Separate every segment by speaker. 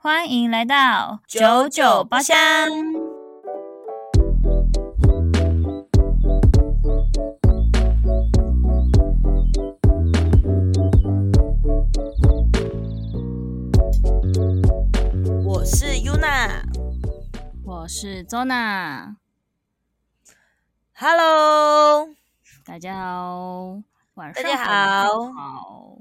Speaker 1: 欢迎来到九九包厢。
Speaker 2: 我是 Yuna。
Speaker 1: 我是 Zona，
Speaker 2: Hello，
Speaker 1: 大家好，晚上
Speaker 2: 大家好
Speaker 1: 好，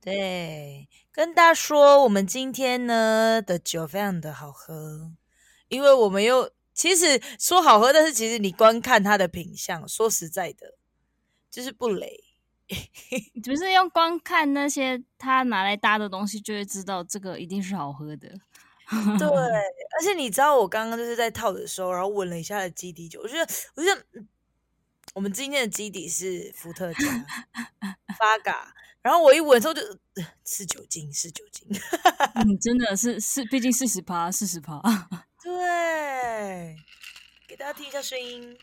Speaker 2: 对，跟大家说，我们今天呢的酒非常的好喝，因为我们又其实说好喝，但是其实你光看它的品相，说实在的，就是不雷。
Speaker 1: 不是用光看那些他拿来搭的东西就会知道这个一定是好喝的。
Speaker 2: 对，而且你知道我刚刚就是在套的时候，然后闻了一下它的基底酒，我觉得，我觉得嗯我们今天的基底是伏特加发嘎，然后我一闻之后就呃是酒精，是酒精。
Speaker 1: 嗯，真的是是，毕竟四十趴，四十趴。
Speaker 2: 对，给大家听一下声音。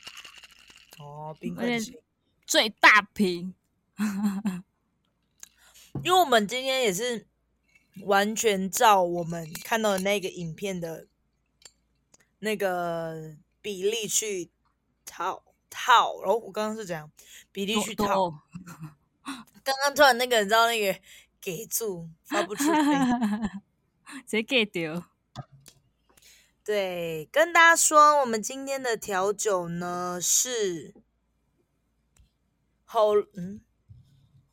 Speaker 2: 哦，冰
Speaker 1: 而
Speaker 2: 块的
Speaker 1: 且
Speaker 2: 声音。
Speaker 1: 最大瓶，
Speaker 2: 因为我们今天也是完全照我们看到的那个影片的那个比例去套套。然后我刚刚是怎样比例
Speaker 1: 多哦
Speaker 2: 去套？
Speaker 1: 多。
Speaker 2: 刚刚突然那个你知道那个给住发不出声音
Speaker 1: 直接 get 掉。
Speaker 2: 对，跟大家说，我们今天的调酒呢是好嗯，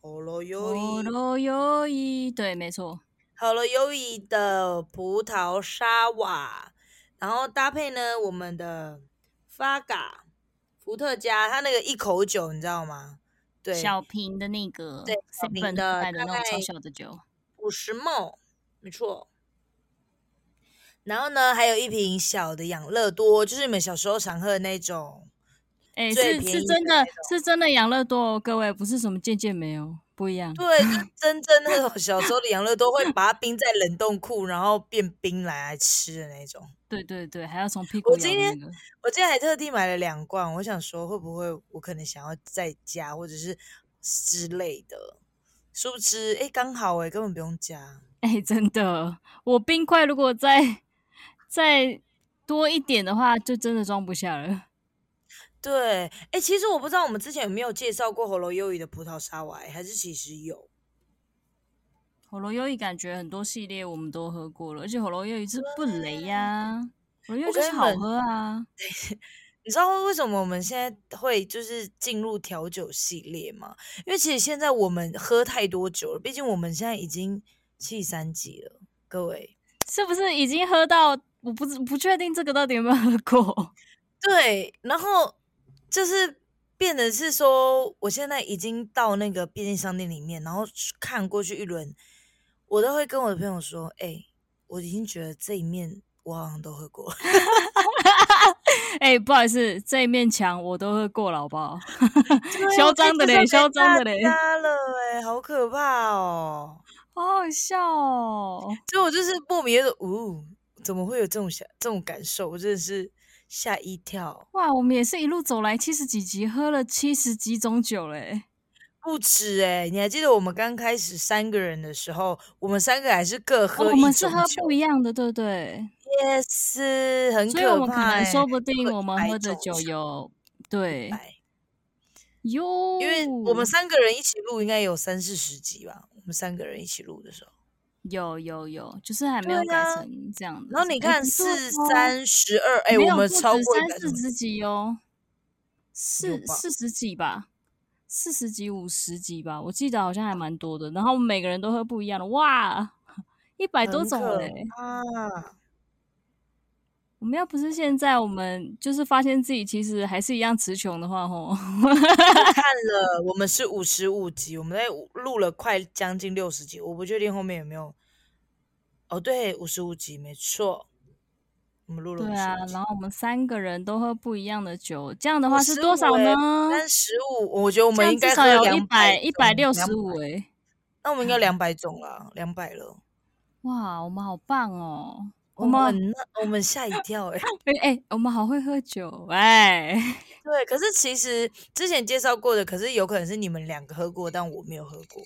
Speaker 2: 好了优
Speaker 1: 哦
Speaker 2: 怡，
Speaker 1: 喽哟一，对，没错，
Speaker 2: 好了优怡的葡萄沙瓦，然后搭配呢我们的发嘎伏特加，它那个一口酒你知道吗？对，
Speaker 1: 小瓶的那个，
Speaker 2: 对小瓶
Speaker 1: seven
Speaker 2: 的
Speaker 1: 卖的
Speaker 2: 大
Speaker 1: 那种超
Speaker 2: 概
Speaker 1: 小的酒，
Speaker 2: 五十梦，没错。然后呢，还有一瓶小的养乐多，就是你们小时候常喝的那种。
Speaker 1: 哎、
Speaker 2: 最
Speaker 1: 是
Speaker 2: 便
Speaker 1: 是
Speaker 2: 宜
Speaker 1: 真
Speaker 2: 的
Speaker 1: 的
Speaker 2: 那种，
Speaker 1: 是真的养乐多哦，各位不是什么渐渐没有，不一样。
Speaker 2: 对，就真正那种小时候的养乐多会把它冰在冷冻库，然后变冰来来吃的那种。
Speaker 1: 对对对，还要从屁股咬
Speaker 2: 今
Speaker 1: 的
Speaker 2: 天
Speaker 1: 那个。
Speaker 2: 我今天还特地买了两罐，我想说会不会我可能想要再加或者是之类的，殊不知哎刚好哎根本不用加。
Speaker 1: 哎、真的，我冰块如果再再多一点的话，就真的装不下了。
Speaker 2: 对，哎，其实我不知道我们之前有没有介绍过喉咙忧郁的葡萄沙瓦，诶还是其实有。
Speaker 1: 火龙优一感觉很多系列我们都喝过了，而且火龙优一是不雷呀、火龙优
Speaker 2: 我
Speaker 1: 就是
Speaker 2: 跟你
Speaker 1: 好
Speaker 2: 们
Speaker 1: 喝啊。
Speaker 2: 你知道为什么我们现在会就是进入调酒系列吗？因为其实现在我们喝太多酒了，毕竟我们现在已经七三级了，各位。
Speaker 1: 是不是已经喝到？我不知不确定这个到底有没有喝过。
Speaker 2: 对，然后就是变得是说，我现在已经到那个便利商店里面，然后看过去一轮，我都会跟我的朋友说：“哎、我已经觉得这一面我好像都喝过。”
Speaker 1: 哎、不好意思，这一面墙我都喝过了，好不好？
Speaker 2: 对啊我
Speaker 1: 嚣
Speaker 2: 可以
Speaker 1: 张的
Speaker 2: 介
Speaker 1: 嘞
Speaker 2: 绍
Speaker 1: 嚣
Speaker 2: 给
Speaker 1: 张的
Speaker 2: 大
Speaker 1: 嘞
Speaker 2: 家了哎、好可怕哦！
Speaker 1: 好好笑哦！
Speaker 2: 所以我就是莫名的，呜、怎么会有这种想这种感受？我真的是吓一跳，
Speaker 1: 哇，我们也是一路走来七十几集，喝了七十几种酒欸哦嘞。
Speaker 2: 不止哎、你还记得我们刚开始三个人的时候，我们三个还是各
Speaker 1: 哦，
Speaker 2: 喝
Speaker 1: 我
Speaker 2: 一
Speaker 1: 们是
Speaker 2: 种
Speaker 1: 喝
Speaker 2: 酒
Speaker 1: 不一样的，对不对？
Speaker 2: ，yes，很
Speaker 1: 所以我
Speaker 2: 可
Speaker 1: 们可
Speaker 2: 怕、
Speaker 1: 能
Speaker 2: 欸。
Speaker 1: 说不定
Speaker 2: 喝
Speaker 1: 我们
Speaker 2: 100
Speaker 1: 喝的
Speaker 2: 种
Speaker 1: 酒
Speaker 2: 酒
Speaker 1: 有对
Speaker 2: 百
Speaker 1: 哟，
Speaker 2: 因为我们三个人一起录，应该有三四十集吧。我们三个人一起录的时候，
Speaker 1: 有有有，就是还没
Speaker 2: 对
Speaker 1: 有改
Speaker 2: 啊
Speaker 1: 成这样的。
Speaker 2: 然后你
Speaker 1: 哎
Speaker 2: 看
Speaker 1: 不错
Speaker 2: 四
Speaker 1: 哦
Speaker 2: 三十二，哎，
Speaker 1: 没
Speaker 2: 我
Speaker 1: 有
Speaker 2: 们
Speaker 1: 不
Speaker 2: 超
Speaker 1: 止
Speaker 2: 过
Speaker 1: 三
Speaker 2: 100
Speaker 1: 四
Speaker 2: 种
Speaker 1: 十集哦，
Speaker 2: 有
Speaker 1: 四
Speaker 2: 吧
Speaker 1: 四十集吧，四十集五十集吧，我记得好像还蛮多的。然后我们每个人都喝不一样的，哇，一百多
Speaker 2: 很
Speaker 1: 种欸
Speaker 2: 可
Speaker 1: 嘞！
Speaker 2: 怕。
Speaker 1: 我们要不是现在我们就是发现自己其实还是一样词穷的话，吼，
Speaker 2: 看了，我们是五十五集，我们在五录了快将近六十集，我不确定后面有没有。哦，对，五十五集没错，我们录了
Speaker 1: 对
Speaker 2: 五十
Speaker 1: 啊
Speaker 2: 五，集
Speaker 1: 然，后我们三个人都喝不一样的酒，这样的话是
Speaker 2: 55
Speaker 1: 多少呢？
Speaker 2: 三十五，我觉得我
Speaker 1: 这
Speaker 2: 欸们
Speaker 1: 样
Speaker 2: 应
Speaker 1: 至
Speaker 2: 该
Speaker 1: 少
Speaker 2: 喝
Speaker 1: 有一
Speaker 2: 两
Speaker 1: 百一百
Speaker 2: 种，
Speaker 1: 六
Speaker 2: 两
Speaker 1: 十五哎，
Speaker 2: 那我们应该两百种了，两百了。
Speaker 1: 哇，我们好棒 哦！ 我
Speaker 2: 我们
Speaker 1: 们
Speaker 2: 很那我们吓一 跳哎、
Speaker 1: 哎、哎我们好会喝酒哎。
Speaker 2: 对，可是其实之前介绍过的，可是有可能是你们两个喝过，但我没有喝过。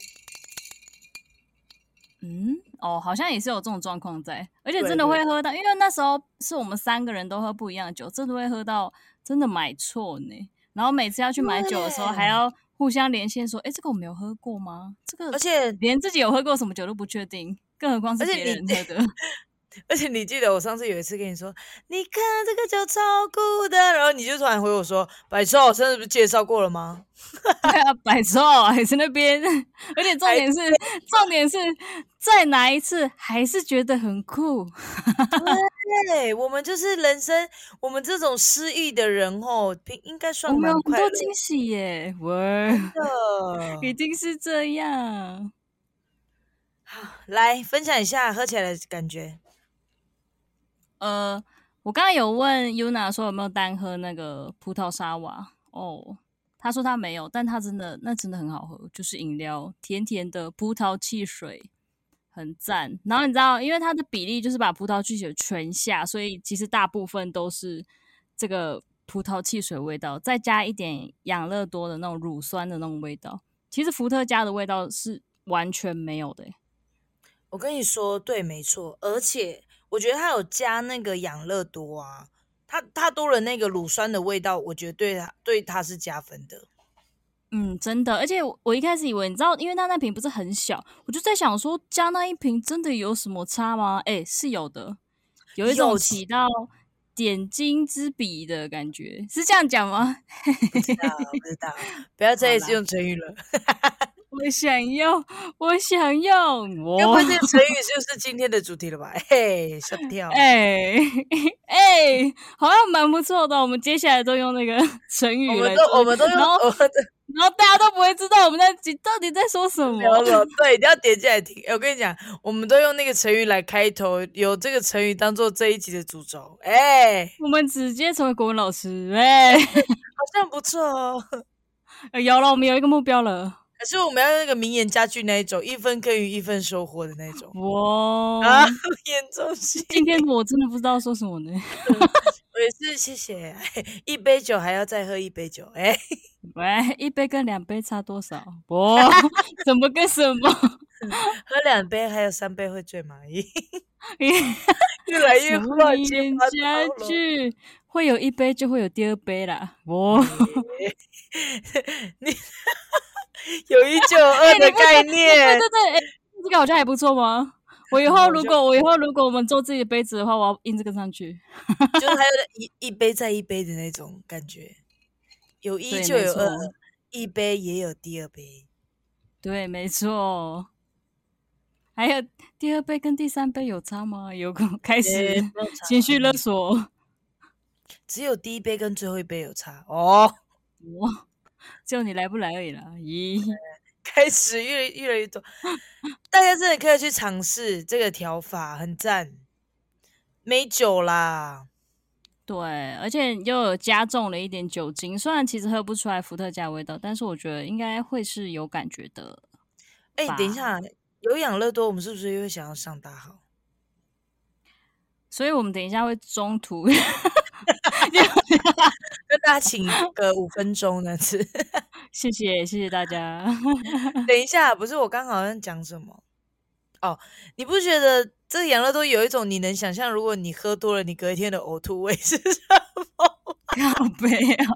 Speaker 1: 嗯，哦，好像也是有这种状况在，而且
Speaker 2: 对
Speaker 1: 真的
Speaker 2: 对
Speaker 1: 会喝到，因为那时候是我们三个人都喝不一样的酒，真的会喝到真的买错呢。然后每次要去买酒的时候，
Speaker 2: 对
Speaker 1: 还要互相连线说：“哎、这个我没有喝过吗？”这个
Speaker 2: 而且
Speaker 1: 连自己有喝过什么酒都不确定，更何况是
Speaker 2: 而且
Speaker 1: 别
Speaker 2: 你
Speaker 1: 人 喝的。
Speaker 2: 而且你记得我上次有一次跟你说，你看这个酒超酷的，然后你就突然回我说，百寿，上次不是介绍过了吗？
Speaker 1: 对啊，摆错还是那边，而且重点是，重点是再来一次还是觉得很酷。
Speaker 2: 对，我们就是人生，我们这种失意的人哦，平应该
Speaker 1: 我
Speaker 2: 算
Speaker 1: 们
Speaker 2: 蛮
Speaker 1: 有很
Speaker 2: 快
Speaker 1: 多
Speaker 2: 乐
Speaker 1: 惊喜耶！哇，
Speaker 2: 的。
Speaker 1: 一定是这样。
Speaker 2: 来分享一下喝起来的感觉。
Speaker 1: 呃，我刚刚有问 Yuna 说有没有单喝那个葡萄沙瓦哦，她说她没有，但她真的那真的很好喝，就是饮料甜甜的葡萄汽水，很赞。然后你知道，因为它的比例就是把葡萄汽水全下，所以其实大部分都是这个葡萄汽水味道，再加一点养乐多的那种乳酸的那种味道。其实伏特加的味道是完全没有的欸、
Speaker 2: 我跟你说，对，没错，而且我觉得它有加那个养乐多啊，它它多了那个乳酸的味道，我觉得对它对它是加分的。
Speaker 1: 嗯，真的，而且我我一开始以为，你知道，因为它那瓶不是很小，我就在想说，加那一瓶真的有什么差吗？哎、是有的，有一种
Speaker 2: 有
Speaker 1: 起到点睛之笔的感觉，是这样讲吗？
Speaker 2: 不知道，不知道，不要再
Speaker 1: 好啦
Speaker 2: 用成语了，
Speaker 1: 我想要，我想要，
Speaker 2: 要不
Speaker 1: 我
Speaker 2: 然这个成语就是今天的主题了吧？嘿，吓跳。
Speaker 1: 哎 哎，好像蛮不错的。我们接下来都用那个 成
Speaker 2: 我
Speaker 1: 语来
Speaker 2: 们都
Speaker 1: 做，
Speaker 2: 我们都用
Speaker 1: 然后
Speaker 2: 我们都
Speaker 1: 然后大家都不会知道我们在到底在说什么。
Speaker 2: 聊 了，对，一定要点进来听。哎我跟你讲，我们都用那个成语来开头，有这个成语当做这一集的主轴。哎，
Speaker 1: 我们直接成为国文老师，哎、
Speaker 2: 好像不错哦。
Speaker 1: 呃有了，我们有一个目标了。
Speaker 2: 可是我们要用那个名言佳句那一种，一分耕耘一分收获的那种啊
Speaker 1: 哇，，
Speaker 2: 严重性。
Speaker 1: 今天我真的不知道说什么呢。
Speaker 2: 我也是，谢谢。 一杯酒还要再喝一杯酒，哎、
Speaker 1: 喂，一杯跟两杯差多 少？哇， 怎么跟什么？
Speaker 2: 喝两杯还有三杯会醉吗？ 咦
Speaker 1: 什
Speaker 2: 越来越
Speaker 1: 么
Speaker 2: 乱
Speaker 1: 名
Speaker 2: 七
Speaker 1: 言
Speaker 2: 八
Speaker 1: 佳
Speaker 2: 糟了。
Speaker 1: 句？会有一杯就会有第二杯啦。哇，
Speaker 2: 有一就有
Speaker 1: 哎
Speaker 2: 二的概
Speaker 1: 对
Speaker 2: 念，
Speaker 1: 对对，哎这个好像还不错吗？我以后
Speaker 2: 嗯好
Speaker 1: 如
Speaker 2: 就
Speaker 1: 果我以后如果我们做自己的杯子的话，我要印这个上去。
Speaker 2: 就是还有一一杯再一杯的那种感觉，有一
Speaker 1: 对
Speaker 2: 就
Speaker 1: 没
Speaker 2: 有
Speaker 1: 错
Speaker 2: 二，一杯也有第二杯。
Speaker 1: 对，没错。还有第二杯跟第三杯有差吗？有空开
Speaker 2: 哎
Speaker 1: 始
Speaker 2: 不用查
Speaker 1: 情绪勒索。
Speaker 2: 只有第一杯跟最后一杯有差
Speaker 1: 哇，
Speaker 2: 哦。
Speaker 1: 就你来不来而已啦。咦，
Speaker 2: 开始越越来越多，大家真的可以去尝试这个调法，很赞。没酒啦，
Speaker 1: 对，而且又有加重了一点酒精，虽然其实喝不出来伏特加味道，但是我觉得应该会是有感觉的。
Speaker 2: 哎、
Speaker 1: 吧
Speaker 2: 等一下，有养乐多，我们是不是又会想要上大号？
Speaker 1: 所以我们等一下会中途
Speaker 2: 跟大家请个五分钟这样子。
Speaker 1: 谢谢谢谢大家。
Speaker 2: 等一下，不是我刚好像讲什么？哦，你不觉得这个养乐多有一种你能想象，如果你喝多了，你隔一天的呕吐味是什么？
Speaker 1: 靠背啊！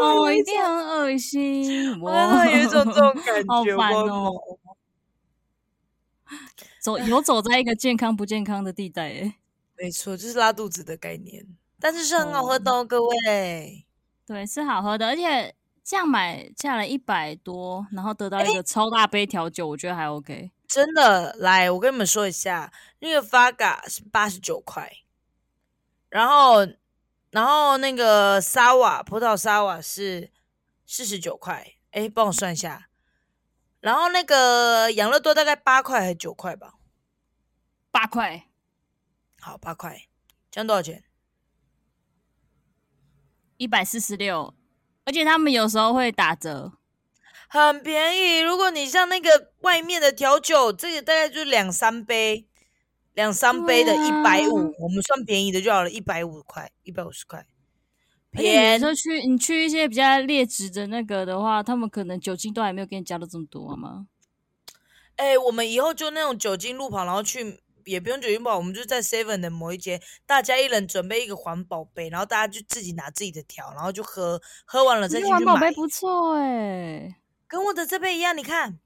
Speaker 1: 哦，一定很恶心。
Speaker 2: 啊，
Speaker 1: 哇，
Speaker 2: 有一种这种感
Speaker 1: 好
Speaker 2: 觉，
Speaker 1: 烦
Speaker 2: 我
Speaker 1: 哦 走游走在一个健康不健康的地带、欸。
Speaker 2: 没错，就是拉肚子的概念，但是是很好喝的、哦，各位。
Speaker 1: 对，是好喝的，而且这样买下来一百多，然后得到一个超大杯调酒，我觉得还 OK。
Speaker 2: 真的，来，我跟你们说一下，那个 Faga 是八十九块，然后，然后那个沙瓦葡萄沙瓦是四十九块，哎，帮我算一下，然后那个养乐多大概八块还是九块吧，
Speaker 1: 八块，
Speaker 2: 好，八块，这样多少钱？
Speaker 1: 一百四十六，而且他们有时候会打折。
Speaker 2: 很便宜。如果你像那个外面的调酒，这个大概就两三杯，两三杯的
Speaker 1: 对
Speaker 2: 一
Speaker 1: 啊
Speaker 2: 百五，我们算便宜的就好了，一百五块，一百五十块，
Speaker 1: 而且有
Speaker 2: 便
Speaker 1: 时候去你去一些比啊较劣质的那个的话，他们可能酒精都还没有给你加的这么多好吗？
Speaker 2: 哎、我们以后就那种酒精路跑，然后去也不用酒精路跑，我们就在 Seven 的某一间，大家一人准备一个环保杯，然后大家就自己拿自己的条，然后就喝，喝完了再
Speaker 1: 这
Speaker 2: 进
Speaker 1: 个
Speaker 2: 去
Speaker 1: 环保
Speaker 2: 买
Speaker 1: 杯。不错哎、
Speaker 2: 跟我的这杯一样，你看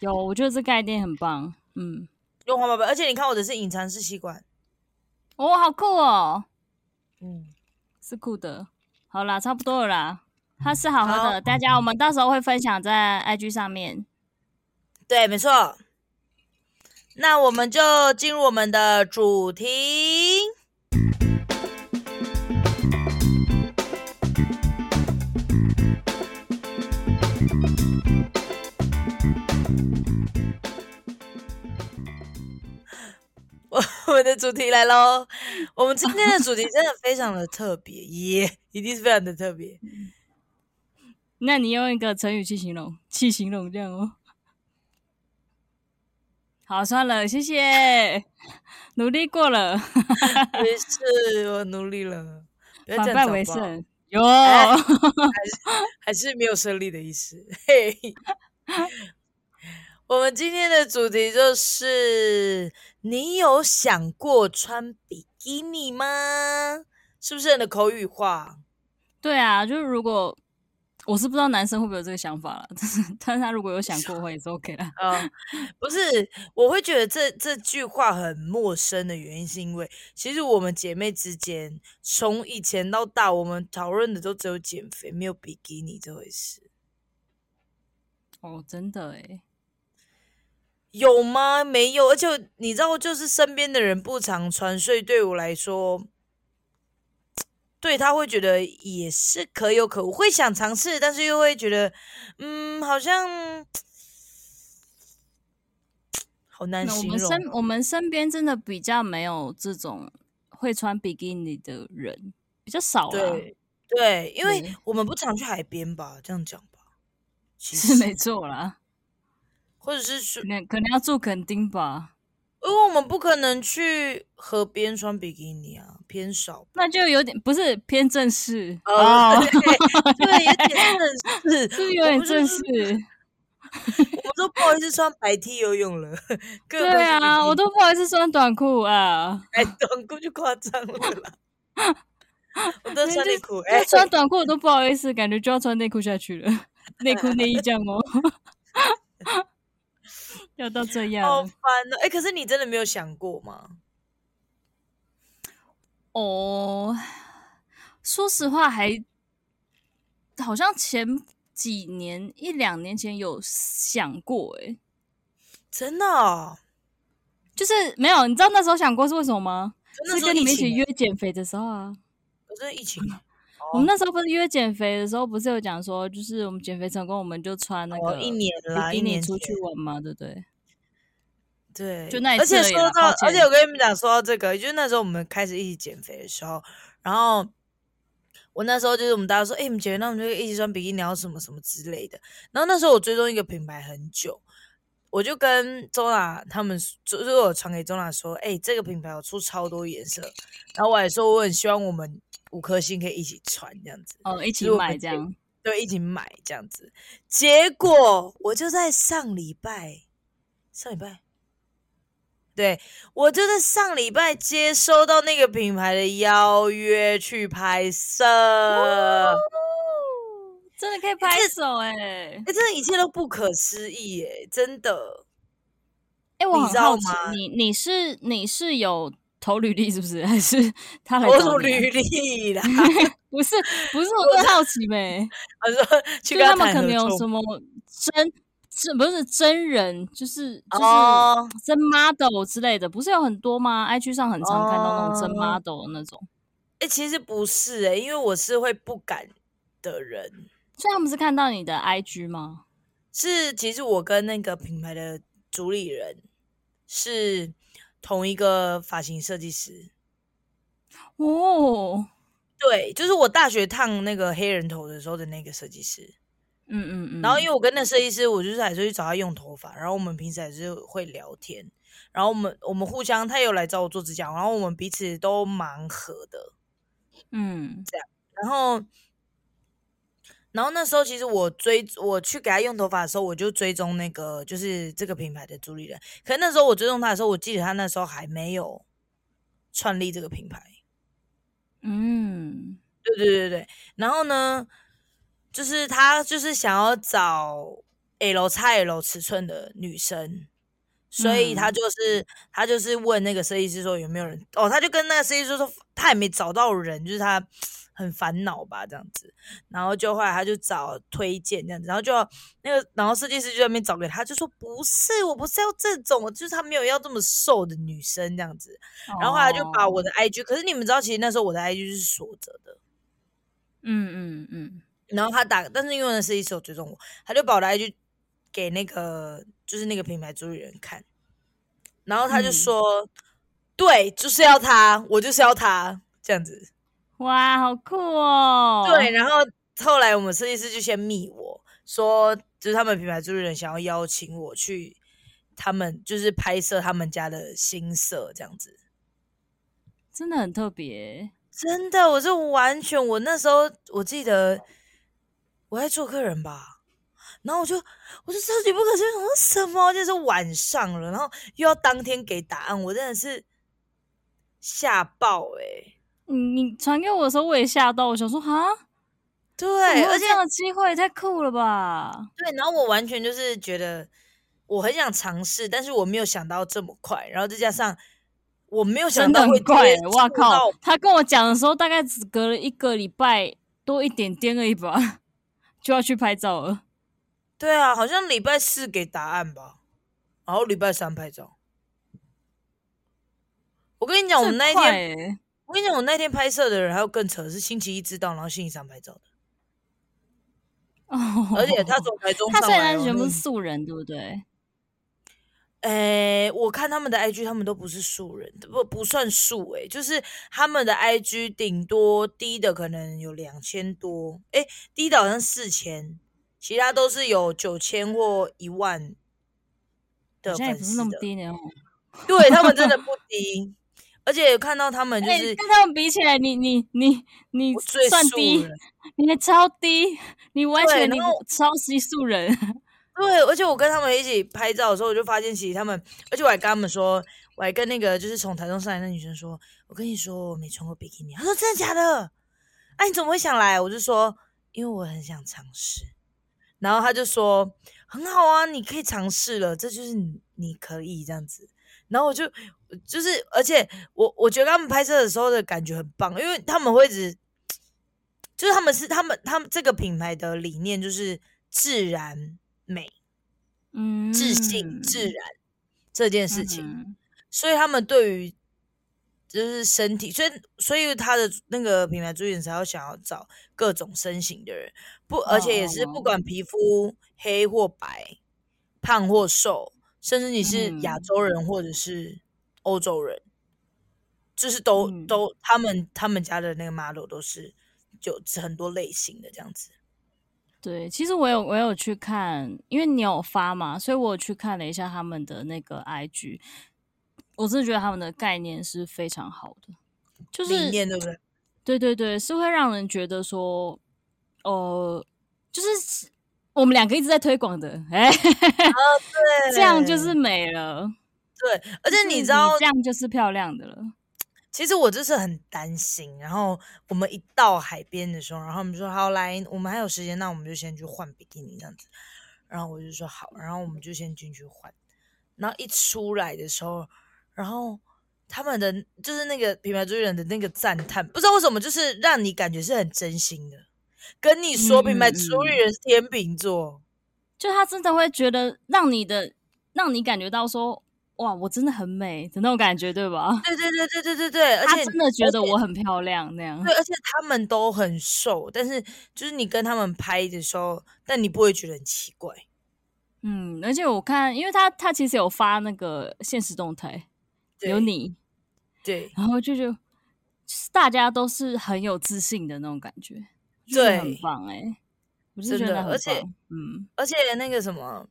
Speaker 1: 有，我觉得这概念很棒。嗯，
Speaker 2: 用环保杯，而且你看我的是隐藏式吸管，
Speaker 1: 哦，好酷哦，
Speaker 2: 嗯，
Speaker 1: 是酷的。好啦，差不多了啦，它是好喝
Speaker 2: 好
Speaker 1: 的。大家，我们到时候会分享在 IG 上面。
Speaker 2: 对，没错。那我们就进入我们的主题。我我们的主题来喽！我们今天的主题真的非常的特别，耶、一定是非常的特别。
Speaker 1: 那你用一个成语去形容，去形容这样哦。好，算了，谢谢， 努力过了，
Speaker 2: 没事，我努力了，不要
Speaker 1: 反
Speaker 2: 这样
Speaker 1: 败
Speaker 2: 子
Speaker 1: 为
Speaker 2: 好不好
Speaker 1: 胜。有，
Speaker 2: 哎还是没有胜利的意思。嘿， 我们今天的主题就是：你有想过穿比基尼吗？是不是你的口语化？
Speaker 1: 对啊，就是如果我是不知道男生会不会有这个想法了， 但是但是他如果有想过的话也是 OK 啦。
Speaker 2: 啊， 不是，我会觉得这这句话很陌生的原因，是因为其实我们姐妹之间，从以前到大，我们讨论的都只有减肥，没有比基尼这回事，
Speaker 1: 哦，真的诶，
Speaker 2: 有吗？没有，而且你知道，就是身边的人不常穿，所以对我来说，对他会觉得也是可有可无，会想尝试，但是又会觉得，嗯，好像好难
Speaker 1: 那我
Speaker 2: 形
Speaker 1: 们
Speaker 2: 容。
Speaker 1: 身我们身边真的比较没有这种会穿比基尼的人，比较少啦。
Speaker 2: 对对，因为
Speaker 1: 啊对
Speaker 2: 我们不常去海边吧，这样讲吧，其
Speaker 1: 是 没
Speaker 2: 实
Speaker 1: 错啦，
Speaker 2: 或者是说
Speaker 1: 可，能可能要住垦丁吧，
Speaker 2: 因为我们不可能去河边穿比基尼啊，偏少。
Speaker 1: 那就有点不是偏正式
Speaker 2: 哦， 对，对有点正式，
Speaker 1: 是不是有点
Speaker 2: 我们就
Speaker 1: 正
Speaker 2: 是
Speaker 1: 式。
Speaker 2: 我们都不好意思穿白 T 游泳了，更何
Speaker 1: 对
Speaker 2: 况是比
Speaker 1: 啊，
Speaker 2: 基
Speaker 1: 我
Speaker 2: 尼
Speaker 1: 都不好意思穿短裤啊，
Speaker 2: 哎，短裤就夸张了啦， 我都
Speaker 1: 明
Speaker 2: 穿
Speaker 1: 明
Speaker 2: 内裤，
Speaker 1: 因
Speaker 2: 哎
Speaker 1: 为，穿短裤我都不好意思，感觉就要穿内裤下去 了，内裤内衣这样哦，要到这样
Speaker 2: 好烦哦，哎，可是你真的没有想过吗？
Speaker 1: 哦，说实话还，好像前几年一两年前有想过、欸，
Speaker 2: 真的哦，
Speaker 1: 就是没有，你知道那时候想过是为什么吗？
Speaker 2: 真的
Speaker 1: 是
Speaker 2: 时候
Speaker 1: 跟你
Speaker 2: 疫
Speaker 1: 们一起
Speaker 2: 情
Speaker 1: 约
Speaker 2: 哎，
Speaker 1: 减肥的时候啊。
Speaker 2: 可是疫情哎
Speaker 1: 我们那时候不是约减肥的时候，不是有讲说，就是我们减肥成功，我们就穿那
Speaker 2: 哦
Speaker 1: 个
Speaker 2: 一年啦，
Speaker 1: 比
Speaker 2: 一
Speaker 1: 基尼
Speaker 2: 年
Speaker 1: 出
Speaker 2: 前
Speaker 1: 去玩嘛，对不对？
Speaker 2: 对，
Speaker 1: 就那一
Speaker 2: 而且
Speaker 1: 次而已
Speaker 2: 说
Speaker 1: 啦
Speaker 2: 到
Speaker 1: 抱，
Speaker 2: 而且
Speaker 1: 歉
Speaker 2: 我跟你们讲，说到这个，就是那时候我们开始一起减肥的时候，然后我那时候就是我们大家说，哎、你们减肥，那我们就一起穿比基尼，然后什么什么之类的。然后那时候我追踪一个品牌很久，我就跟周娜他们说，就是我传给周娜说，哎、这个品牌有出超多颜色，然后我还说我很希望我们五颗星可以一起穿这样子。
Speaker 1: 哦，一起
Speaker 2: 是我们
Speaker 1: 买这样。
Speaker 2: 对，一起买这样子。结果我就在上礼拜，上礼拜，对我就在上礼拜接收到那个品牌的邀约去拍摄。
Speaker 1: 哦真的可以拍手哎、欸！
Speaker 2: 哎、这一切都不可思议耶、真的。
Speaker 1: 哎、我
Speaker 2: 你
Speaker 1: 很
Speaker 2: 知道
Speaker 1: 好奇
Speaker 2: 吗，
Speaker 1: 你你是你是有投履历是不是？还 是他来
Speaker 2: 我
Speaker 1: 找
Speaker 2: 说
Speaker 1: 你啊？
Speaker 2: 履 历啦，
Speaker 1: 不是不是，我 很好奇呗、
Speaker 2: 我说去
Speaker 1: 就
Speaker 2: 跟
Speaker 1: 他们
Speaker 2: 谈
Speaker 1: 可能
Speaker 2: 合
Speaker 1: 有
Speaker 2: 作
Speaker 1: 什么真真不是真人，就是就是、
Speaker 2: 哦
Speaker 1: 真 model 之类的，不是有很多吗？IG 上很常看到那种真
Speaker 2: 哦
Speaker 1: model 的那种，
Speaker 2: 哎、其实不是哎、因为我是会不敢的人。
Speaker 1: 所以他们是看到你的 IG 吗？
Speaker 2: 是，其实我跟那个品牌的主理人是同一个发型设计师。
Speaker 1: 哦，
Speaker 2: 对，就是我大学烫那个黑人头的时候的那个设计师。
Speaker 1: 嗯嗯嗯，
Speaker 2: 然后因为我跟那设计师，我就是还是去找他用头发，然后我们平时还是会聊天。然后我们我们互相，他也有来找我做指甲，然后我们彼此都蛮合的。
Speaker 1: 嗯
Speaker 2: 然后然后那时候其实我追我去给他用头发的时候，我就追踪那个就是这个品牌的主理人。可是那时候我追踪他的时候，我记得他那时候还没有创立这个品牌。
Speaker 1: 嗯，
Speaker 2: 对对对对。然后呢，就是他就是想要找 L 叉 L 尺寸的女生，所以他就是、他就是问那个设计师说有没有人哦，他就跟那个设计师说他也没找到人，就是他很烦恼吧这样子。然后就后来他就找推荐这样子，然后就那个然后设计师就在那边找给他，就说不是，我不是要这种，就是他没有要这么瘦的女生这样子。然后后来就把我
Speaker 1: 的，
Speaker 2: 的 IG，、可是你们知道，其实那时候我的 IG 是锁着的。
Speaker 1: 嗯嗯嗯，
Speaker 2: 然后他打，但是因为那设计师有追踪我，他就把我的 IG 给那个就是那个品牌主理人看，然后他就
Speaker 1: 嗯
Speaker 2: 说，对，就是要他，我就是要他这样子。
Speaker 1: 哇，好酷哦！
Speaker 2: 对，，然后后来我们设计师就先密我说，就是他们品牌主理人想要邀请我去他们就是拍摄他们家的新色这样子。
Speaker 1: 真的很特别。
Speaker 2: 真的，我是完全，我那时候我记得我在做客人吧，然后我就我就超级不可思议，我说什么？就是晚上了，然后又要当天给答案，我真的是吓爆哎、
Speaker 1: 你你传给我的时候，我也吓到，我想说哈，怎
Speaker 2: 对，
Speaker 1: 么会有
Speaker 2: 而且
Speaker 1: 这样的机会太酷了吧？
Speaker 2: 对，然后我完全就是觉得我很想尝试，但是我没有想到这么快，然后再加上我没有想
Speaker 1: 真的
Speaker 2: 到会
Speaker 1: 很快、
Speaker 2: 接
Speaker 1: 欸，哇
Speaker 2: 触到
Speaker 1: 靠！他跟我讲的时候，大概只隔了一个礼拜多一点点而已吧，就要去拍照了。
Speaker 2: 对啊，好像礼拜四给答案吧，然后礼拜三拍照。我跟你讲，我们那一
Speaker 1: 这很快
Speaker 2: 天，
Speaker 1: 欸
Speaker 2: 我跟你讲，我那天拍摄的人还有更扯，是星期一知道，然后星期三拍 照的，
Speaker 1: 哦，
Speaker 2: 而且他从台中
Speaker 1: 他
Speaker 2: 上
Speaker 1: 虽
Speaker 2: 来
Speaker 1: 然
Speaker 2: 哦，
Speaker 1: 全部
Speaker 2: 那
Speaker 1: 是素人，对不对？
Speaker 2: 诶、哎我看他们的 IG，他们都不是素人，不不算素诶、就是他们的 IG 顶多低的可能有两千多，诶、低的好像四千，其他都是有九千或一万的
Speaker 1: 好像也
Speaker 2: 粉
Speaker 1: 不是
Speaker 2: 丝
Speaker 1: 那么
Speaker 2: 的。
Speaker 1: 低呢。哦
Speaker 2: 对他们真的不低，而且看到他们就
Speaker 1: 哎、
Speaker 2: 是
Speaker 1: 跟他们比起来，你你你你
Speaker 2: 我最
Speaker 1: 算
Speaker 2: 素
Speaker 1: 低
Speaker 2: 人，，
Speaker 1: 你还超低，你完
Speaker 2: 对
Speaker 1: 全
Speaker 2: 然
Speaker 1: 你
Speaker 2: 后
Speaker 1: 超级素人。
Speaker 2: 对，而且我跟他们一起拍照的时候，我就发现其实他们，而且我还跟他们说，我还跟那个就是从台中上来的女生说，我跟你说我没穿过比基尼，她说真的假的？哎、你怎么会想来？我就说因为我很想尝试，然后她就说很好啊，你可以尝试了，这就是你你可以这样子。然后我就就是，而且我我觉得他们拍摄的时候的感觉很棒，因为他们会一直就是他们是他们他们这个品牌的理念就是自然美。
Speaker 1: 嗯，
Speaker 2: 自信、自然这件事情，
Speaker 1: 嗯
Speaker 2: 所以他们对于就是身体，所以所以他的那个品牌主理人才要想要找各种身形的人，不，而且也是
Speaker 1: 哦
Speaker 2: 不管皮肤黑或白、胖或瘦，甚至你是亚
Speaker 1: 嗯
Speaker 2: 洲人或者是欧洲人，就是都、
Speaker 1: 嗯
Speaker 2: 都他们他们家的那个 model 都是就很多类型的这样子。
Speaker 1: 对，其实我有我有去看，因为你有发嘛，所以我有去看了一下他们的那个 IG，我真的觉得他们的概念是非常好的，就
Speaker 2: 理
Speaker 1: 是
Speaker 2: 念对不对？
Speaker 1: 对对对，是会让人觉得说，呃，就是我们两个一直在推广的，哎、 这样就是美了，
Speaker 2: 对，而
Speaker 1: 就
Speaker 2: 且
Speaker 1: 是
Speaker 2: 你知道
Speaker 1: 这样就是漂亮的了，
Speaker 2: 其实我就是很担心，然后我们一到海边的时候，然后他们说好来，我们还有时间，那我们就先去换比基尼这样子。然后我就说好，然后我们就先进去换。然后一出来的时候，然后他们的就是那个品牌主理人的那个赞叹，不知道为什么，就是让你感觉是很真心的。跟你说，
Speaker 1: 嗯
Speaker 2: 品牌
Speaker 1: 嗯
Speaker 2: 主理
Speaker 1: 嗯
Speaker 2: 人是天秤座，
Speaker 1: 就他真的会觉得让你的让你感觉到说，哇，我真的很美的那种感觉，对吧？
Speaker 2: 对对对对对对对，而
Speaker 1: 他
Speaker 2: 且
Speaker 1: 真的觉
Speaker 2: 而
Speaker 1: 得
Speaker 2: 且
Speaker 1: 我很漂亮那样
Speaker 2: 对，。而且他们都很瘦，但是就是你跟他们拍的时候，但你不会觉得很奇怪。
Speaker 1: 嗯，而且我看，因为他他其实有发那个现实动态，
Speaker 2: 对
Speaker 1: 有你，
Speaker 2: 对
Speaker 1: 然后就就就是大家都是很有自信的那种感觉，我就觉得很
Speaker 2: 对
Speaker 1: 棒哎、我是
Speaker 2: 真
Speaker 1: 觉得
Speaker 2: 的
Speaker 1: 很
Speaker 2: 而且
Speaker 1: 棒嗯
Speaker 2: 而且那个什么，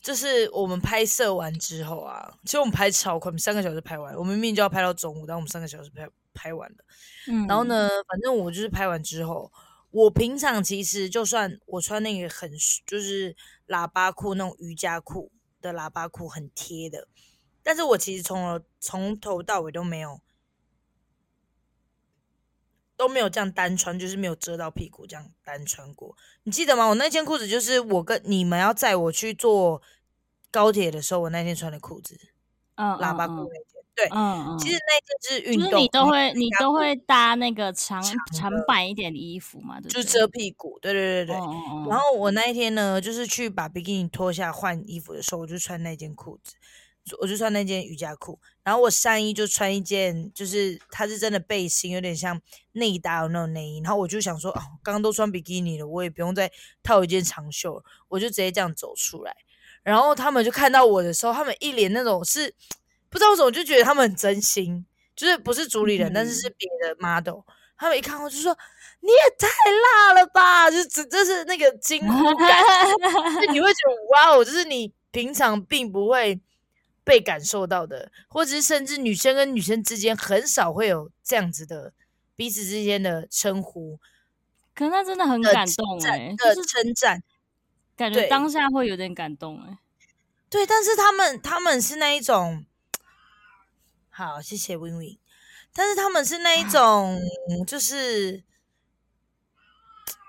Speaker 2: 就是我们拍摄完之后啊，其实我们拍超快，我们三个小时拍完，我们明明就要拍到中午，但我们三个小时拍拍完了。
Speaker 1: 嗯，
Speaker 2: 然后呢，反正我就是拍完之后，我平常其实就算我穿那个很就是喇叭裤那种瑜伽裤的喇叭裤很贴的，但是我其实从头从头到尾都没有都没有这样单穿，就是没有遮到屁股这样单穿过。你记得吗？我那件裤子就是我跟你们要载我去坐高铁的时候，我那天穿的裤子，
Speaker 1: 嗯，
Speaker 2: 喇叭裤
Speaker 1: 嗯，
Speaker 2: 那件。对，
Speaker 1: 嗯嗯，
Speaker 2: 其实那件是运
Speaker 1: 就是
Speaker 2: 动，
Speaker 1: 你都会
Speaker 2: 瑜
Speaker 1: 你
Speaker 2: 伽
Speaker 1: 都
Speaker 2: 裤
Speaker 1: 会搭那个长
Speaker 2: 长
Speaker 1: 长
Speaker 2: 的
Speaker 1: 版一点的衣服嘛，对不
Speaker 2: 就
Speaker 1: 对？
Speaker 2: 遮屁股。对对对对。
Speaker 1: 哦哦
Speaker 2: 然
Speaker 1: 哦，
Speaker 2: 后我那一天呢，就是去把比基尼脱下换衣服的时候，我就穿那件裤子，我就穿那件瑜伽裤，然后我上衣就穿一件，就是它是真的背心，有点像内搭的那种内衣。然后我就想说，哦，刚刚都穿比基尼了，我也不用再套一件长袖了，我就直接这样走出来。然后他们就看到我的时候，他们一脸那种是不知道为什么，我就觉得他们很真心，就是不是主理人，但是
Speaker 1: 嗯
Speaker 2: 是别的 model。他们一看我就说：“你也太辣了吧！”就是这这是那个惊呼感，就你会觉得哇哦，就是你平常并不会被感受到的，或者是甚至女生跟女生之间很少会有这样子的彼此之间的称呼、
Speaker 1: 可是那真的很
Speaker 2: 的
Speaker 1: 感动
Speaker 2: 赞
Speaker 1: 哎、
Speaker 2: 的
Speaker 1: 就是
Speaker 2: 称赞。
Speaker 1: 感觉
Speaker 2: 对
Speaker 1: 当下会有点感动哎、
Speaker 2: 对，但是他们他们是那一种，好，谢谢 Win Win，但是他们是那一种，就是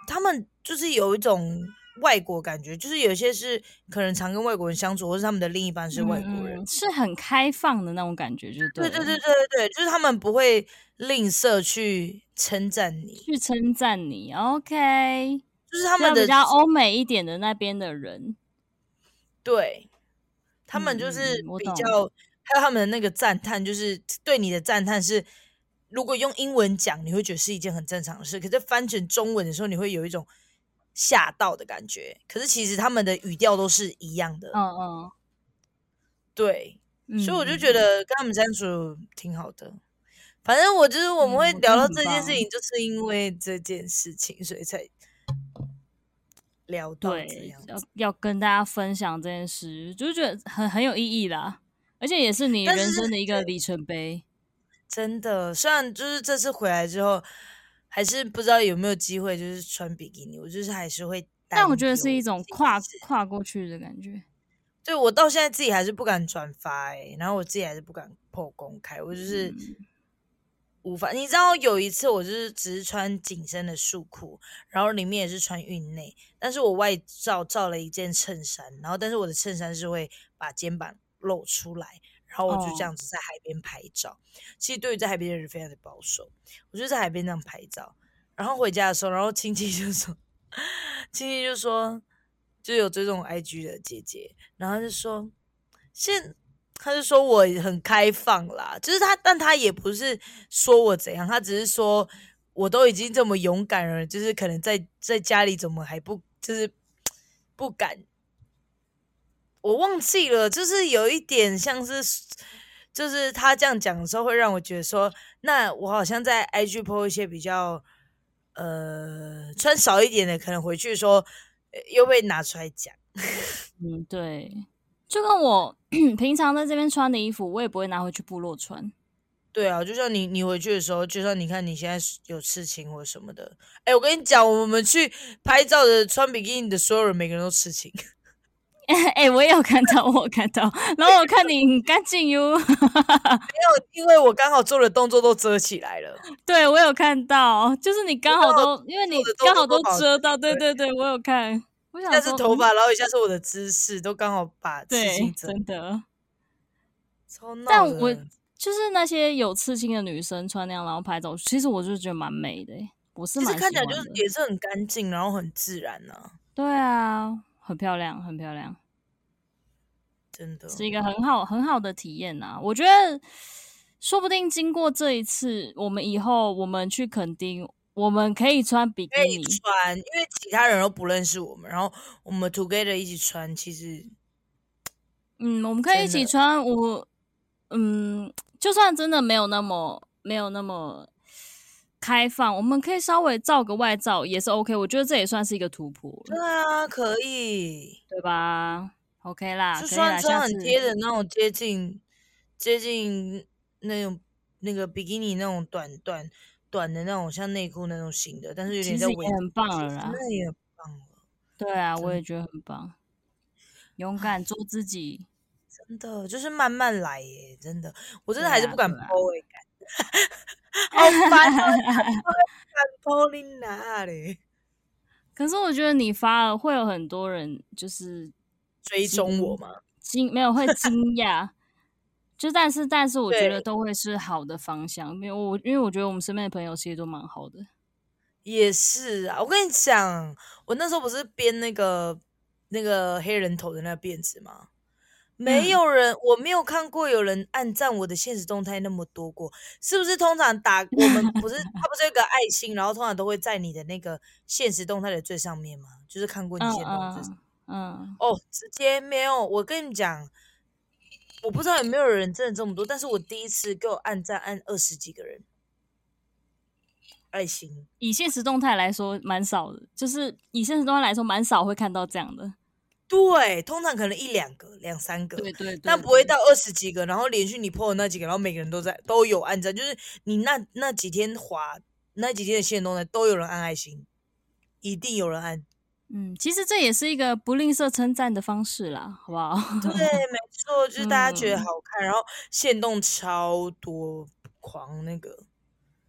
Speaker 2: 他们就是有一种外国感觉，就是有一些是可能常跟外国人相处，或是他们的另一半是外国人。
Speaker 1: 嗯、是很开放的那种感觉，就对
Speaker 2: 对对
Speaker 1: 了
Speaker 2: 对对对对，就是他们不会吝啬去称赞你，
Speaker 1: 去称赞你，OK，
Speaker 2: 就是他
Speaker 1: 就
Speaker 2: 们
Speaker 1: 比
Speaker 2: 的
Speaker 1: 较欧美一点的那边的人，
Speaker 2: 对，他们
Speaker 1: 嗯
Speaker 2: 就
Speaker 1: 嗯
Speaker 2: 是
Speaker 1: 嗯我
Speaker 2: 比
Speaker 1: 懂
Speaker 2: 较，还有他们的那个赞叹，就是对你的赞叹是，如果用英文讲，你会觉得是一件很正常的事，可是翻成中文的时候，你会有一种吓到的感觉。可是其实他们的语调都是一样的，
Speaker 1: 嗯嗯
Speaker 2: 对，
Speaker 1: 嗯，
Speaker 2: 所以我就觉
Speaker 1: 嗯
Speaker 2: 得跟他们相处挺好的。反正我就是我们会
Speaker 1: 嗯
Speaker 2: 聊
Speaker 1: 真的
Speaker 2: 到
Speaker 1: 很
Speaker 2: 这件事
Speaker 1: 棒
Speaker 2: 情，就是因为这件事情，所以才聊到这
Speaker 1: 对
Speaker 2: 样，
Speaker 1: 要
Speaker 2: 子。
Speaker 1: 要跟大家分享这件事，就觉得很很有意义啦，而且也是你
Speaker 2: 但是
Speaker 1: 人
Speaker 2: 是
Speaker 1: 生的一个里程碑。
Speaker 2: 真的，虽然就是这次回来之后，还是不知道有没有机会就是穿比基尼，我就是还是会担忧。
Speaker 1: 但我觉得是一种
Speaker 2: 这件
Speaker 1: 跨
Speaker 2: 事
Speaker 1: 跨过去的感觉，
Speaker 2: 对我到现在自己还是不敢转发、欸，然后我自己还是不敢破公开，我就是无法。你知道有一次我就是只是穿紧身的束裤，然后里面也是穿运内，但是我外罩罩了一件衬衫，然后但是我的衬衫是会把肩膀露出来，然后我就
Speaker 1: 哦
Speaker 2: 这样子在海边拍照。其实对于在海边的人非常的保守，我就在海边这样拍照，然后回家的时候，然后亲戚就说， 亲戚就说，就有追踪我 IG 的姐姐，然后就说，现他就说我很开放啦，就是他，但他也不是说我怎样，他只是说我都已经这么勇敢了，就是可能在在家里怎么还不就是不敢我忘记了，就是有一点像是，就是他这样讲的时候，会让我觉得说，那我好像在 IG po 一些比较，呃，穿少一点的，可能回去说呃又被拿出来讲。
Speaker 1: 嗯，对，就跟我 平常在这边穿的衣服，我也不会拿回去部落穿。
Speaker 2: 对啊，就像你你回去的时候，就算你看你现在是有事情或什么的，哎，我跟你讲，我们去拍照的穿比基尼的所有人，每个人都痴情。
Speaker 1: 哎、我也有看到，我有看到，然后我看你很干净哟，
Speaker 2: 因为我刚好做的动作都遮起来了，
Speaker 1: 对我有看到，就是你刚好
Speaker 2: 刚好
Speaker 1: 都，因为你
Speaker 2: 做的动
Speaker 1: 刚好
Speaker 2: 作
Speaker 1: 都
Speaker 2: 都保持
Speaker 1: 遮到，对对对，我有看，我
Speaker 2: 一
Speaker 1: 想
Speaker 2: 下是
Speaker 1: 说，
Speaker 2: 头
Speaker 1: 嗯
Speaker 2: 发，然后一下是我的姿势，都刚好把事
Speaker 1: 对
Speaker 2: 情，遮，
Speaker 1: 真的，
Speaker 2: 超闹
Speaker 1: 但
Speaker 2: 的
Speaker 1: 我就是那些有刺青的女生穿那样，然后拍照，其实我就觉得蛮美的、欸，我是
Speaker 2: 其实
Speaker 1: 蛮喜
Speaker 2: 看起来
Speaker 1: 欢
Speaker 2: 就是
Speaker 1: 的，
Speaker 2: 也是很干净，然后很自然呐、
Speaker 1: 对啊，很漂亮，很漂亮。
Speaker 2: 真的。哦
Speaker 1: 是一个很好很好的体验呐、我觉得，说不定经过这一次，我们以后我们去垦丁，我们可以穿比
Speaker 2: 可
Speaker 1: 基
Speaker 2: 以
Speaker 1: 尼。
Speaker 2: 穿，因为其他人都不认识我们，然后我们 together 一起穿，其实
Speaker 1: 嗯，我们可以一
Speaker 2: 真的
Speaker 1: 起穿。我，嗯，就算真的没有那么没有那么开放，我们可以稍微罩个外罩也是 OK。我觉得这也算是一个突破
Speaker 2: 对
Speaker 1: 了，
Speaker 2: 啊，可以，
Speaker 1: 对吧？OK 啦，
Speaker 2: 就
Speaker 1: 啊可以
Speaker 2: 穿
Speaker 1: 啦，
Speaker 2: 穿
Speaker 1: 下
Speaker 2: 很
Speaker 1: 次嗯
Speaker 2: 贴的那种接近接近那种那个比基尼那种短短短的那种，像内裤那种型的，但是有
Speaker 1: 其
Speaker 2: 点在
Speaker 1: 实
Speaker 2: 围
Speaker 1: 也，很棒了啦。
Speaker 2: 那也很棒了，
Speaker 1: 对啊，
Speaker 2: 真
Speaker 1: 我也觉得很棒，勇敢做自己。
Speaker 2: 真的就是慢慢来耶，真的，我真的
Speaker 1: 对
Speaker 2: 还是
Speaker 1: 啊
Speaker 2: 不敢
Speaker 1: 对啊
Speaker 2: 剖哎，干 好烦 哦，不敢剖你哪里？
Speaker 1: 可是我觉得你发了，会有很多人就是
Speaker 2: 追踪我吗？
Speaker 1: 惊，没有会 惊讶。就但是但是，我觉
Speaker 2: 对
Speaker 1: 得都会是好的方向。没有我，因为我觉得我们身边的朋友其实都蛮好的。
Speaker 2: 也是啊，我跟你讲，我那时候不是编那个那个黑人头的那个辫子吗？没
Speaker 1: 嗯
Speaker 2: 有人，我没有看过有人按赞我的现实动态那么多过，是不是？通常打我们 不是，它不是有一个爱心，然后通常都会在你的那个现实动态的最上面嘛，就是看过你
Speaker 1: 嗯
Speaker 2: 现实动态最上
Speaker 1: 嗯嗯，
Speaker 2: 哦，直接没有。我跟你讲，我不知道有没有人真的这么多，但是我第一次给我按赞按二十几个人，爱心。
Speaker 1: 以现实动态来说蛮少的，就是以现实动态来说蛮少会看到这样的。
Speaker 2: 对，通常可能一两个、两三个，
Speaker 1: 对对对，
Speaker 2: 但不会
Speaker 1: 对
Speaker 2: 到二十几个，然后连续你破的那几个，然后每个人都在都有按赞，就是你那那几天滑那几天的线动呢，都有人按爱心，一定有人 按。
Speaker 1: 嗯，其实这也是一个不吝啬称赞的方式啦，好不好？
Speaker 2: 对，没错，就是大家觉得
Speaker 1: 嗯
Speaker 2: 好看，然后线动超多狂那个，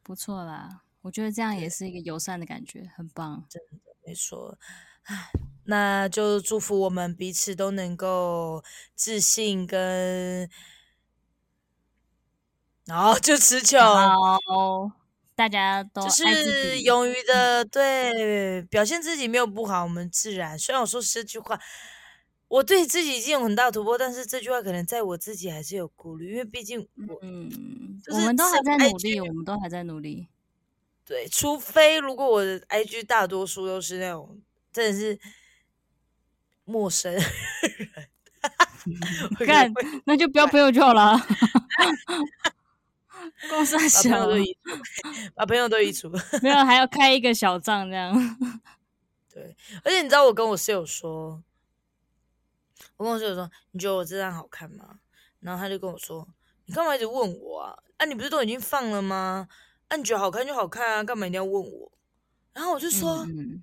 Speaker 1: 不错啦，我觉得这样也是一个友善的感觉，很棒。
Speaker 2: 没错。唉那就祝福我们彼此都能够自信跟，然后就持久。
Speaker 1: 好，大家都
Speaker 2: 就
Speaker 1: 爱自
Speaker 2: 是
Speaker 1: 己。
Speaker 2: 勇于的对表现自己没有不好，我们自然。虽然我说这句话，我对自己已经有很大突破，但是这句话可能在我自己还是有顾虑，因为毕竟我
Speaker 1: 嗯，
Speaker 2: 就
Speaker 1: 我
Speaker 2: 是
Speaker 1: 们都
Speaker 2: 自
Speaker 1: 还在
Speaker 2: 拍
Speaker 1: 努力，我们都还在努力。
Speaker 2: 对，除非如果我的 IG 大多数都是那种真的是陌生人， 我可能
Speaker 1: 干
Speaker 2: 会，
Speaker 1: 那就不要朋友就好 了。公司
Speaker 2: 把朋
Speaker 1: 小
Speaker 2: 友都移除，把朋友都移除。
Speaker 1: 没有，还要开一个小账这样。
Speaker 2: 对， 而且你知道我跟我室友说，我跟我室友说，你觉得我这张好看吗？然后他就跟我说，你干嘛一直问我啊？啊，你不是都已经放了吗？啊，你觉得好看就好看啊，干嘛一定要问我？然后我就说，
Speaker 1: 嗯，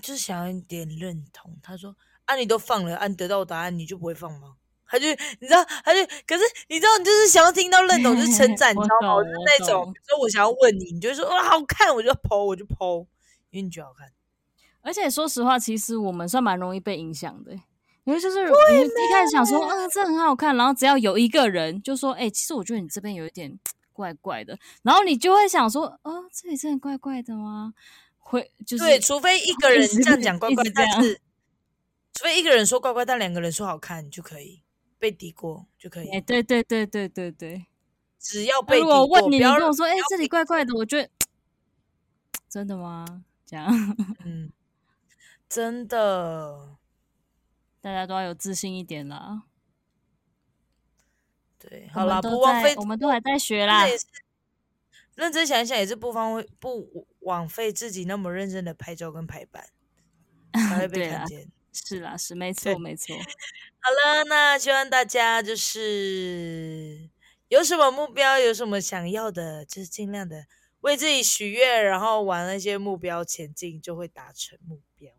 Speaker 2: 就是想要一点认同。他说，啊，你都放了，啊，你得到答案你就不会放吗？他就你知道，他就可是你知道，你就是想要听到认同，就是称 赞，你
Speaker 1: 我
Speaker 2: 知道吗？我
Speaker 1: 懂
Speaker 2: 是
Speaker 1: 我
Speaker 2: 那种，
Speaker 1: 懂
Speaker 2: 比如说我想要问你，你就会说哇好看，我就剖，我就剖，因为你觉得好看。
Speaker 1: 而且说实话，其实我们算蛮容易被影响的欸。因为就是你会一开始想说，嗯、这很好看，然后只要有一个人就说，哎、其实我觉得你这边有一点怪怪的，然后你就会想说，啊、这里真的怪怪的吗？会就是
Speaker 2: 对，除非一个
Speaker 1: 一
Speaker 2: 人
Speaker 1: 直
Speaker 2: 这样讲怪
Speaker 1: 一
Speaker 2: 怪
Speaker 1: 直，这
Speaker 2: 但
Speaker 1: 样
Speaker 2: 是除非一个人说怪怪，但两个人说好看就可以被敌过就可以
Speaker 1: 哎、。对对对对对对。
Speaker 2: 只要
Speaker 1: 那
Speaker 2: 被
Speaker 1: 如
Speaker 2: 敌
Speaker 1: 果
Speaker 2: 过，
Speaker 1: 我问
Speaker 2: 不
Speaker 1: 你，你
Speaker 2: 要
Speaker 1: 跟我说，哎、
Speaker 2: 不要
Speaker 1: 这里怪怪的，我觉得真的吗？这样
Speaker 2: 嗯，真的
Speaker 1: 大家都要有自信一点啦。
Speaker 2: 对。
Speaker 1: 我
Speaker 2: 好
Speaker 1: 们
Speaker 2: 啦，
Speaker 1: 都
Speaker 2: 不
Speaker 1: 在
Speaker 2: 枉费，
Speaker 1: 我们都还在学啦
Speaker 2: 这。也是认真想一想，也是不枉费不枉费自己那么认真的拍照跟排版，才会被
Speaker 1: 对
Speaker 2: 看
Speaker 1: 啦
Speaker 2: 见。
Speaker 1: 是啦，是没
Speaker 2: 对
Speaker 1: 错没错。
Speaker 2: 好了，那希望大家就是有什么目标，有什么想要的，就是尽量的为自己许愿，然后往那些目标前进，就会达成目标。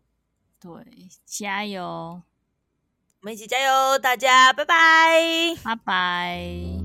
Speaker 1: 对，加油，
Speaker 2: 我们一起加油，大家，拜拜。
Speaker 1: 拜拜。